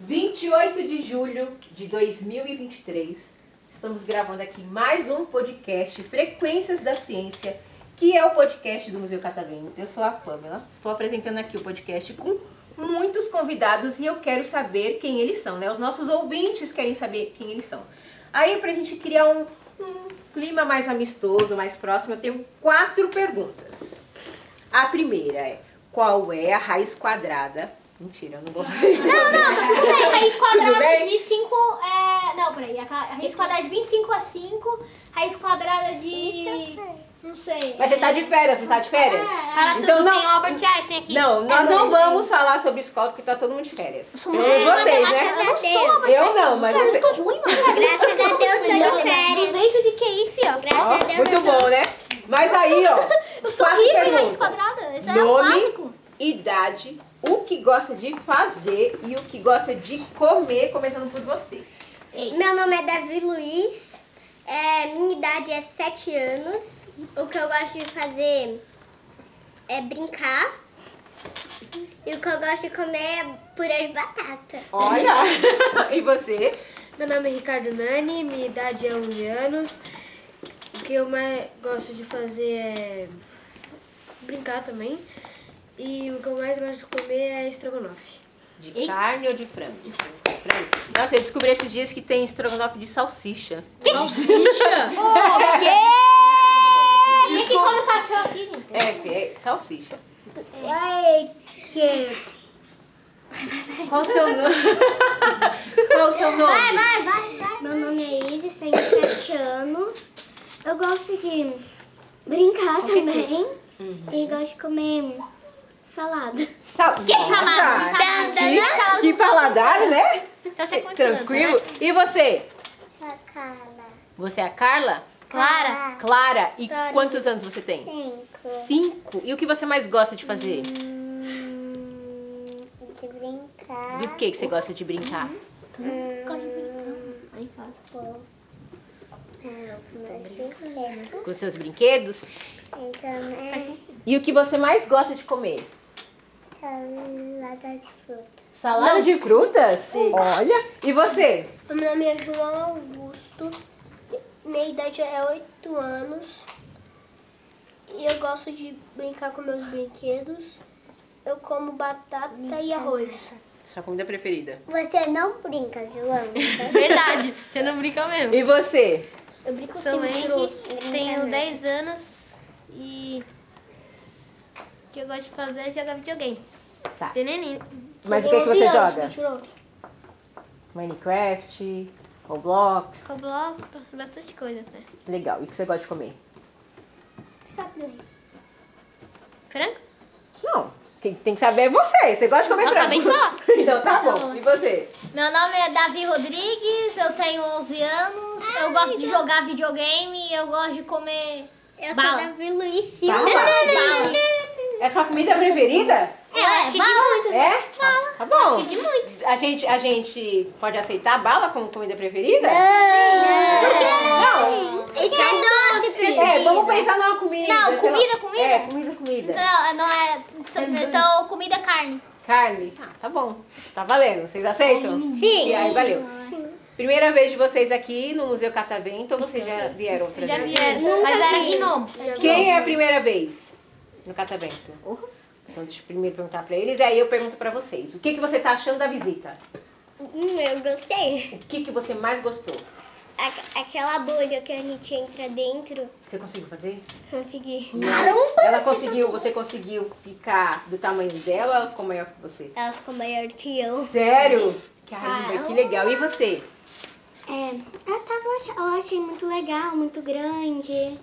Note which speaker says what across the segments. Speaker 1: 28 de julho de 2023, estamos gravando aqui mais um podcast Frequências da Ciência, que é o podcast do Museu Catavento. Eu sou a Pamela, estou apresentando aqui o podcast com muitos convidados e eu quero saber quem eles são, né? Os nossos ouvintes querem saber quem eles são. Aí, pra gente criar um, um clima mais amistoso, mais próximo, eu tenho quatro perguntas. A primeira é: qual é a raiz quadrada? Mentira, eu não vou fazer isso.
Speaker 2: Não, não, tá tudo bem. Raiz
Speaker 1: Tudo
Speaker 2: quadrada
Speaker 1: bem?
Speaker 2: de 5 é. Não, peraí. A ca- a raiz quadrada é de 25 a 5. Raiz quadrada de. Não sei.
Speaker 1: Mas você tá de férias, não tá de férias?
Speaker 2: É,
Speaker 3: Para
Speaker 1: Então
Speaker 3: tudo,
Speaker 1: não-
Speaker 3: tem Albert Einstein aqui. É
Speaker 1: Não, nós não vamos falar sobre escola porque tá todo mundo de férias.
Speaker 3: Sou muito
Speaker 1: Todos
Speaker 3: ruim em
Speaker 1: vocês,
Speaker 3: matemática,
Speaker 1: né?
Speaker 3: Eu não sou Albert
Speaker 1: Eu
Speaker 3: Einstein,
Speaker 1: não, mas
Speaker 3: sou
Speaker 1: você-
Speaker 3: muito ruim, mano.
Speaker 4: Graças a Deus, tô de férias.
Speaker 3: 200 de QI, fio.
Speaker 4: Graças
Speaker 1: Ó,
Speaker 4: a Deus,
Speaker 1: muito
Speaker 4: eu tô-
Speaker 1: bom, né? Mas aí, ó.
Speaker 3: Então, Eu sou
Speaker 1: quatro
Speaker 3: horrível em
Speaker 1: perguntas.
Speaker 3: raiz quadrada. Isso é o
Speaker 1: Nome,
Speaker 3: básico.
Speaker 1: idade, o que gosta de fazer e o que gosta de comer, começando por você.
Speaker 4: Meu nome é Davi Luiz. é, minha idade é 7 anos. O que eu gosto de fazer é brincar. E o que eu gosto de comer é purê de batata.
Speaker 1: Olha! e você?
Speaker 5: Meu nome é Ricardo Nani, minha idade é 11 anos. O que eu mais gosto de fazer é brincar também. E o que eu mais gosto de comer é estrogonofe.
Speaker 1: De carne ou de frango? De frango. Nossa, eu descobri esses dias que tem estrogonofe de salsicha.
Speaker 2: Quem que come cachorro aqui, gente?
Speaker 1: É, Fê, é salsicha.
Speaker 4: Ai, que...
Speaker 1: Qual o seu nome? Qual o seu nome?
Speaker 2: Vai, vai, vai.
Speaker 4: Meu nome é Isis, tenho 7 anos. Eu gosto de brincar
Speaker 2: é
Speaker 4: também. E gosto de comer salada.
Speaker 1: Sal...
Speaker 3: Que salada?
Speaker 1: Nossa,
Speaker 3: Salada.
Speaker 1: Que, que paladar, né?
Speaker 3: Então você continua.
Speaker 1: Tranquilo. E você?
Speaker 4: Chacala.
Speaker 1: Você é a Carla?
Speaker 3: Clara.
Speaker 1: Clara. E
Speaker 4: Clara.
Speaker 1: quantos anos você tem?
Speaker 4: Cinco.
Speaker 1: Cinco. E o que você mais gosta de fazer?
Speaker 4: Hum, de brincar. Hum,
Speaker 1: Do que que você gosta de brincar?
Speaker 4: Pô. É, eu brinquedo.
Speaker 1: Com seus brinquedos?
Speaker 4: Então é
Speaker 1: E o que você mais gosta de comer?
Speaker 4: salada então, de fruta.
Speaker 1: Salada de frutas? Olha. E você?
Speaker 4: O meu nome é João Augusto. Minha idade é 8 anos. E eu gosto de brincar com meus brinquedos. Eu como batata e arroz.
Speaker 1: Sua comida preferida.
Speaker 4: Você não brinca, João.
Speaker 3: Verdade. Você não brinca mesmo.
Speaker 1: E você?
Speaker 4: Eu brinco
Speaker 3: Sou Henrique,
Speaker 4: um
Speaker 3: tenho 10 anos e... O que eu gosto de fazer é jogar videogame.
Speaker 1: Tá.
Speaker 3: Tem neném.
Speaker 1: Mas o que, que você joga? Minecraft, Roblox.
Speaker 3: Com bloco, bastante coisa até.
Speaker 1: Legal. E o que você gosta de comer?
Speaker 3: Franco?
Speaker 1: Não. Quem tem que saber é você. Você gosta de comer
Speaker 3: Eu
Speaker 1: frango.
Speaker 3: acabei de falar.
Speaker 1: Então tá bom. E você?
Speaker 2: Meu nome é Davi Rodrigues, eu tenho 11 anos, eu gosto de jogar videogame, eu gosto de comer...
Speaker 4: Eu
Speaker 2: Bala.
Speaker 4: sou Davi Luiz
Speaker 1: Bala.
Speaker 4: Silva.
Speaker 1: Bala. Tá É sua comida preferida?
Speaker 3: Eu acho que de muito.
Speaker 1: É? Bala. Tá bom.
Speaker 3: Acho que de muito.
Speaker 1: A gente, a gente pode aceitar bala como comida preferida? Não.
Speaker 4: Esse é doce,
Speaker 1: É, vamos pensar numa comida.
Speaker 3: Não,
Speaker 1: sei lá.
Speaker 3: comida, comida.
Speaker 1: É, comida, comida.
Speaker 3: Não, não é... Então, comida é carne.
Speaker 1: Carne. Ah, tá bom. Tá valendo. Vocês aceitam?
Speaker 4: Sim.
Speaker 1: E aí, valeu. Primeira vez de vocês aqui no Museu Catavento ou vocês já vieram outras
Speaker 3: Já
Speaker 1: vezes?
Speaker 3: vieram.
Speaker 4: Nunca
Speaker 3: Mas era
Speaker 4: vi.
Speaker 3: gnomo.
Speaker 1: Quem é a primeira vez no Catavento? Então deixa eu primeiro perguntar pra eles e aí eu pergunto pra vocês. O que, que você tá achando da visita?
Speaker 4: Hum, eu gostei.
Speaker 1: O que, que você mais gostou?
Speaker 4: Aqu- aquela bolha que a gente entra dentro,
Speaker 1: Você conseguiu fazer?
Speaker 4: consegui.
Speaker 1: Ela conseguiu, você conseguiu ficar do tamanho dela, ela ficou maior que você?
Speaker 4: Ela ficou maior que eu.
Speaker 1: Sério? Caramba, que legal. E você?
Speaker 4: É, eu, tava, eu achei muito legal, muito grande.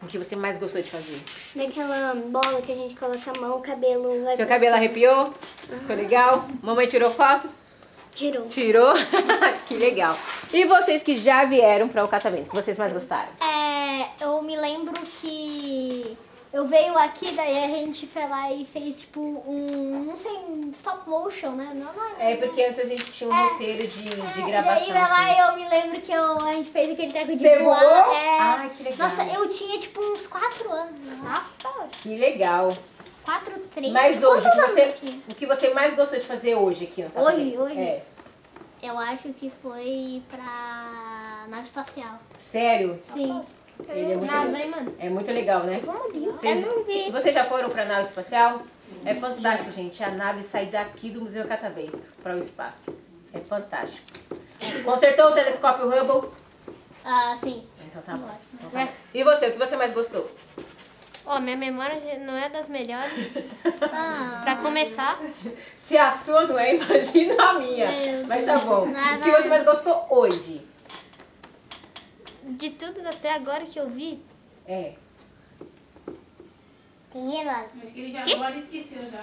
Speaker 1: O que você mais gostou de fazer?
Speaker 4: Daquela bola que a gente coloca a mão, o cabelo vai
Speaker 1: Seu
Speaker 4: pra
Speaker 1: cabelo
Speaker 4: cima.
Speaker 1: arrepiou? Ficou legal? Mamãe tirou foto?
Speaker 4: Tirou.
Speaker 1: Tirou? que legal. E vocês que já vieram para o catamento, o que vocês mais gostaram?
Speaker 2: É, eu me lembro que Eu veio aqui, daí a gente foi lá e fez tipo um. Não sei, um stop motion, né? Não, não
Speaker 1: É porque antes a gente tinha um
Speaker 2: É.
Speaker 1: roteiro de, de
Speaker 2: É,
Speaker 1: gravação.
Speaker 2: Daí vai lá
Speaker 1: assim.
Speaker 2: eu me lembro que eu, a gente fez aquele treco de
Speaker 1: Você
Speaker 2: voar.
Speaker 1: voou?
Speaker 2: É.
Speaker 1: Ai, que legal.
Speaker 2: Nossa, eu tinha tipo uns 4 anos. Nossa,
Speaker 1: Que legal.
Speaker 2: 4, 3.
Speaker 1: Mas hoje, o
Speaker 2: Quantos
Speaker 1: que,
Speaker 2: anos eu
Speaker 1: você,
Speaker 2: tinha?
Speaker 1: o que você mais gostou de fazer hoje aqui no Catavento?
Speaker 2: hoje?
Speaker 1: É.
Speaker 2: Eu acho que foi pra nave espacial.
Speaker 1: Sério?
Speaker 2: Sim.
Speaker 1: Ele é
Speaker 2: Hum,
Speaker 1: muito, é muito legal, né? Vocês,
Speaker 4: Eu não vi.
Speaker 1: vocês já foram pra nave espacial? É fantástico, gente. A nave sai daqui do Museu Catavento para o espaço. É fantástico.
Speaker 2: É.
Speaker 1: Consertou o telescópio Hubble?
Speaker 2: Ah, sim.
Speaker 1: Então tá bom. Então tá bom. E você, o que você mais gostou?
Speaker 3: Ó, minha memória já não é das melhores.
Speaker 2: Ah,
Speaker 3: Pra começar,
Speaker 1: Se a sua não é, imagina a minha.
Speaker 2: Meu
Speaker 1: Mas tá bom. O que
Speaker 2: Nada.
Speaker 1: você mais gostou hoje?
Speaker 3: de tudo até agora que eu vi,
Speaker 1: É.
Speaker 4: Tem relógio.
Speaker 6: Acho que ele já agora esqueceu já.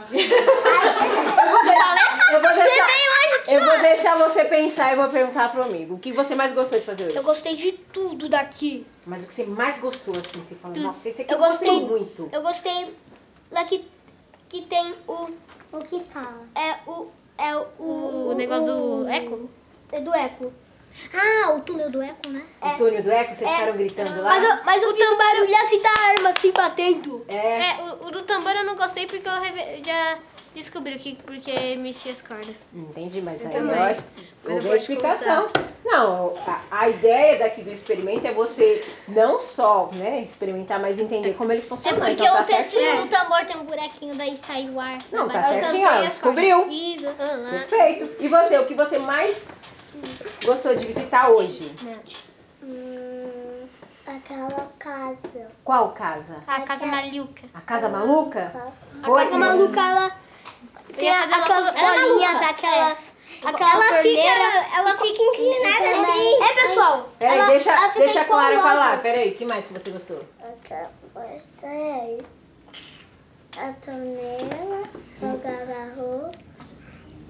Speaker 1: Eu vou deixar, eu vou deixar você pensar e vou perguntar pro amigo. O que você mais gostou de fazer hoje?
Speaker 7: Eu gostei de tudo daqui.
Speaker 1: Mas o que você mais gostou, assim, você falou, nossa, esse aqui eu
Speaker 7: Eu
Speaker 1: gostei,
Speaker 7: gostei-
Speaker 1: muito.
Speaker 7: Eu gostei daqui que tem o
Speaker 4: O que fala?
Speaker 7: é o é o,
Speaker 3: o negócio do eco.
Speaker 7: é do eco. É.
Speaker 4: Ah, o túnel do Eco, né?
Speaker 1: O túnel do Eco, vocês ficaram gritando lá.
Speaker 7: Mas eu, mas eu fiz um barulho assim da arma se batendo.
Speaker 1: É,
Speaker 3: É, o, o do tambor eu não gostei porque eu reve- já descobri o que porque mexi as cordas.
Speaker 1: entendi, mas aí
Speaker 5: também.
Speaker 1: nós.
Speaker 5: eu
Speaker 1: Houve a
Speaker 5: posso
Speaker 1: explicação. Não, a, a ideia daqui do experimento é você não só né, experimentar, mas entender como ele
Speaker 2: é
Speaker 1: funciona.
Speaker 2: porque
Speaker 1: então tá
Speaker 2: o tecido
Speaker 1: certinho.
Speaker 2: do tambor tem um buraquinho, daí sai o ar.
Speaker 1: Não, tá
Speaker 2: Mas-
Speaker 1: certinho, ó, descobriu.
Speaker 3: Isso, ah, lá.
Speaker 1: Perfeito. E você, o que você mais gostou de visitar hoje?
Speaker 4: Hum, aquela casa.
Speaker 1: Qual casa?
Speaker 3: A casa maluca.
Speaker 1: A casa maluca? é.
Speaker 7: A casa maluca ela tem a- aquelas
Speaker 3: é
Speaker 7: bolinhas, aquelas aquela
Speaker 4: Ela fica,
Speaker 7: torneira.
Speaker 4: ela fica inclinada assim.
Speaker 7: É pessoal,
Speaker 1: Peraí,
Speaker 7: ela,
Speaker 1: deixa,
Speaker 7: ela fica
Speaker 1: deixa a
Speaker 7: igual
Speaker 1: Clara
Speaker 7: o
Speaker 1: falar. Peraí, o que mais que você gostou?
Speaker 4: Gostei. A torneira, jogar a roupa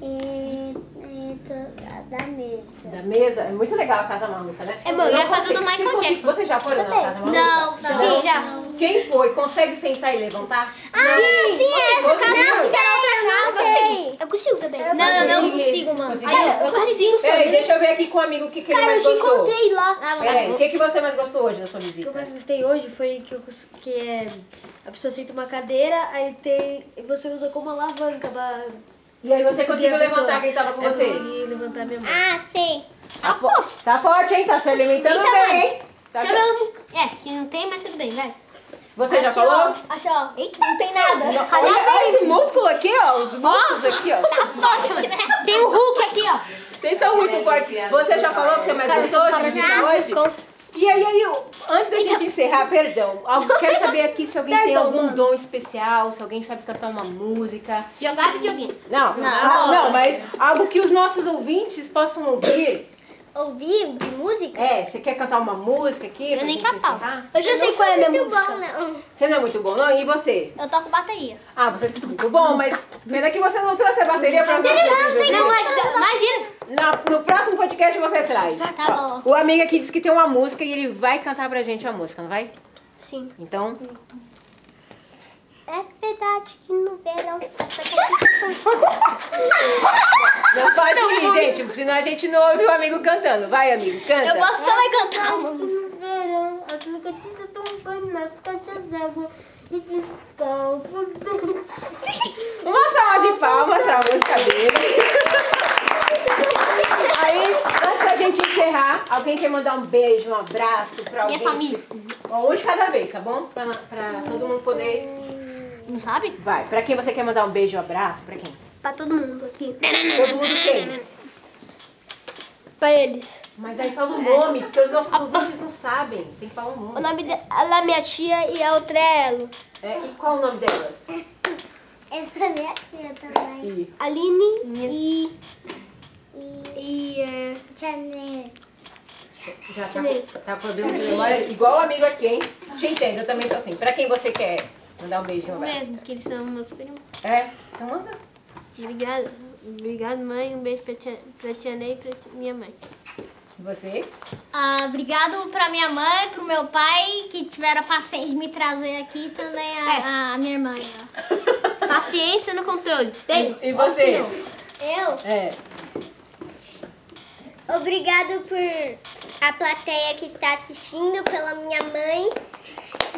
Speaker 4: e, e tocar da mesa.
Speaker 1: Da mesa? É muito legal a Casa Maluca, né? É,
Speaker 3: mano, eu ia fazer do Michael Jackson.
Speaker 1: Vocês já foram na Casa Maluca?
Speaker 2: Não, não.
Speaker 1: Então,
Speaker 3: já.
Speaker 1: Quem foi? Consegue sentar e levantar?
Speaker 4: Ah, sim,
Speaker 3: assim,
Speaker 4: é
Speaker 1: essa casa não
Speaker 4: sei.
Speaker 7: Eu consigo também.
Speaker 4: Eu
Speaker 7: Não,
Speaker 1: não,
Speaker 7: não
Speaker 1: consigo, mano.
Speaker 7: Cara, eu consigo,
Speaker 1: Peraí,
Speaker 7: sabe?
Speaker 1: deixa eu ver aqui com o amigo o que, que ele
Speaker 7: Cara, eu
Speaker 1: mais
Speaker 7: te
Speaker 1: gostou.
Speaker 7: encontrei lá.
Speaker 1: Peraí, o que, que você mais gostou hoje da sua
Speaker 5: O que eu
Speaker 1: visita?
Speaker 5: mais gostei hoje foi que, eu cons- que é, a pessoa senta uma cadeira, aí tem. e Você usa como alavanca pra.
Speaker 1: E aí você
Speaker 5: subir
Speaker 1: conseguiu
Speaker 5: a pessoa.
Speaker 1: levantar quem tava com
Speaker 5: Eu
Speaker 1: você?
Speaker 5: consegui levantar minha mão.
Speaker 4: Ah,
Speaker 7: assim.
Speaker 4: sim.
Speaker 1: Tá, fo- tá forte, hein? Tá se alimentando bem, hein? Tá
Speaker 3: É, que não tem, mas tudo bem, vai.
Speaker 1: Você já falou?
Speaker 2: Aqui, ó. Eita,
Speaker 7: Não tem nada.
Speaker 1: Olha, olha esse músculo aqui, ó. Os músculos aqui, ó.
Speaker 7: Tem o Hulk aqui, ó.
Speaker 1: Vocês são muito fortes. Você já falou que você é mais gostou de visitar hoje? E aí, aí, eu- antes da gente encerrar, perdão, algo- quero saber aqui se alguém tem
Speaker 7: Perdão,
Speaker 1: algum
Speaker 7: mano.
Speaker 1: dom especial, se alguém sabe cantar uma música.
Speaker 3: Jogar videogame.
Speaker 1: Não, não, não, mas algo que os nossos ouvintes possam ouvir.
Speaker 4: Ouvir de música?
Speaker 1: É, você quer cantar uma música aqui? pra
Speaker 3: nem
Speaker 1: gente
Speaker 3: capava.
Speaker 1: encerrar?
Speaker 7: Eu já sei qual é a minha
Speaker 4: Muito
Speaker 7: música.
Speaker 4: bom, não.
Speaker 1: Você não é muito bom, não? E você?
Speaker 2: eu toco bateria.
Speaker 1: Ah, você é muito bom, mas pena que você não trouxe a bateria pra nós. hoje, viu?
Speaker 2: Não, imagina.
Speaker 1: Na- no próximo podcast você traz.
Speaker 2: Tá bom.
Speaker 1: O amigo aqui disse que tem uma música e ele vai cantar pra gente a música, não vai?
Speaker 7: Sim.
Speaker 1: Então,
Speaker 4: É verdade que no verão. é
Speaker 1: não faz isso, gente, senão a gente não ouve o amigo cantando. Vai, amigo, canta.
Speaker 7: Eu posso também cantar
Speaker 3: um
Speaker 7: uma música.
Speaker 4: No verão, as nunca tombam nas caixas d'água e descalços.
Speaker 1: Uma salva de palmas pra música dele. Aí, antes da gente encerrar, alguém quer mandar um beijo, um abraço pra alguém?
Speaker 3: Minha família.
Speaker 1: Bom, um de cada vez, tá bom? Pra, pra todo mundo poder...
Speaker 3: Não sabe?
Speaker 1: Vai, pra quem você quer mandar um beijo, um abraço? Pra quem?
Speaker 7: Pra todo mundo aqui.
Speaker 1: Todo mundo quem?
Speaker 7: Pra eles.
Speaker 1: Mas aí fala o nome, porque os nossos ouvintes não sabem. Tem que falar o
Speaker 7: O
Speaker 1: nome.
Speaker 7: nome dela é minha tia e a outra é ela.
Speaker 1: É, e qual o nome delas?
Speaker 4: Essa é minha tia também.
Speaker 1: E
Speaker 7: Aline e.
Speaker 4: E
Speaker 7: E. É,
Speaker 4: Janete.
Speaker 1: já tá, tá fazendo de memória igual o amigo aqui, hein? Te entendo, eu também sou assim. Pra quem você quer mandar um beijo, um abraço?
Speaker 3: Mesmo, que eles são meus primos.
Speaker 1: É? Então manda.
Speaker 3: Obrigado. Obrigado, mãe. Um beijo pra tia, pra tia Ney e pra ti- minha mãe.
Speaker 1: Você?
Speaker 3: Ah, obrigado pra minha mãe, pro meu pai, que tiveram a paciência de me trazer aqui e também a, É, a minha irmã. ó.
Speaker 4: Paciência no controle.
Speaker 3: Tem?
Speaker 1: E você?
Speaker 2: Eu?
Speaker 1: É.
Speaker 2: Obrigado por a plateia que está assistindo, pela minha mãe,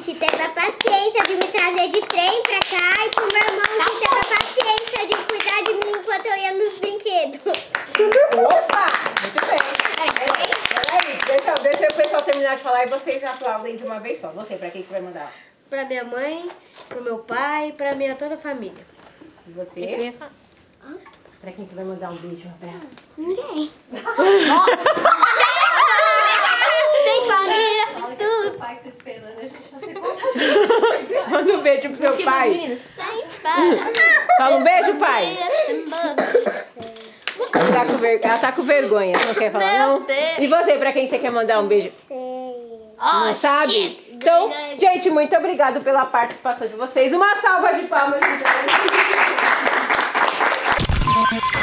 Speaker 2: que teve a paciência de me trazer de trem pra cá, e pro meu irmão que teve a paciência de cuidar de mim enquanto eu ia nos brinquedos.
Speaker 1: Opa! Muito bem. Peraí, deixa, deixa o pessoal terminar de falar e vocês aplaudem de uma vez só. Você, pra quem que você vai mandar?
Speaker 5: Pra minha mãe, pro meu pai, pra minha toda a família.
Speaker 1: E você? Pra quem que você vai mandar um beijo, um abraço?
Speaker 3: Sem família,
Speaker 8: Fala que o seu pai tá esperando, a gente tá se confundindo.
Speaker 1: Manda um beijo pro seu pai.
Speaker 4: Sai, para.
Speaker 1: Fala um beijo, pai. Ela tá com, ver- ela tá com vergonha, não quer falar
Speaker 4: Meu
Speaker 1: não?
Speaker 4: Deus. Oh,
Speaker 1: E você, pra quem você quer mandar um beijo? não sabe? Então, gente, muito obrigado pela participação de vocês. Uma salva de palmas. Então.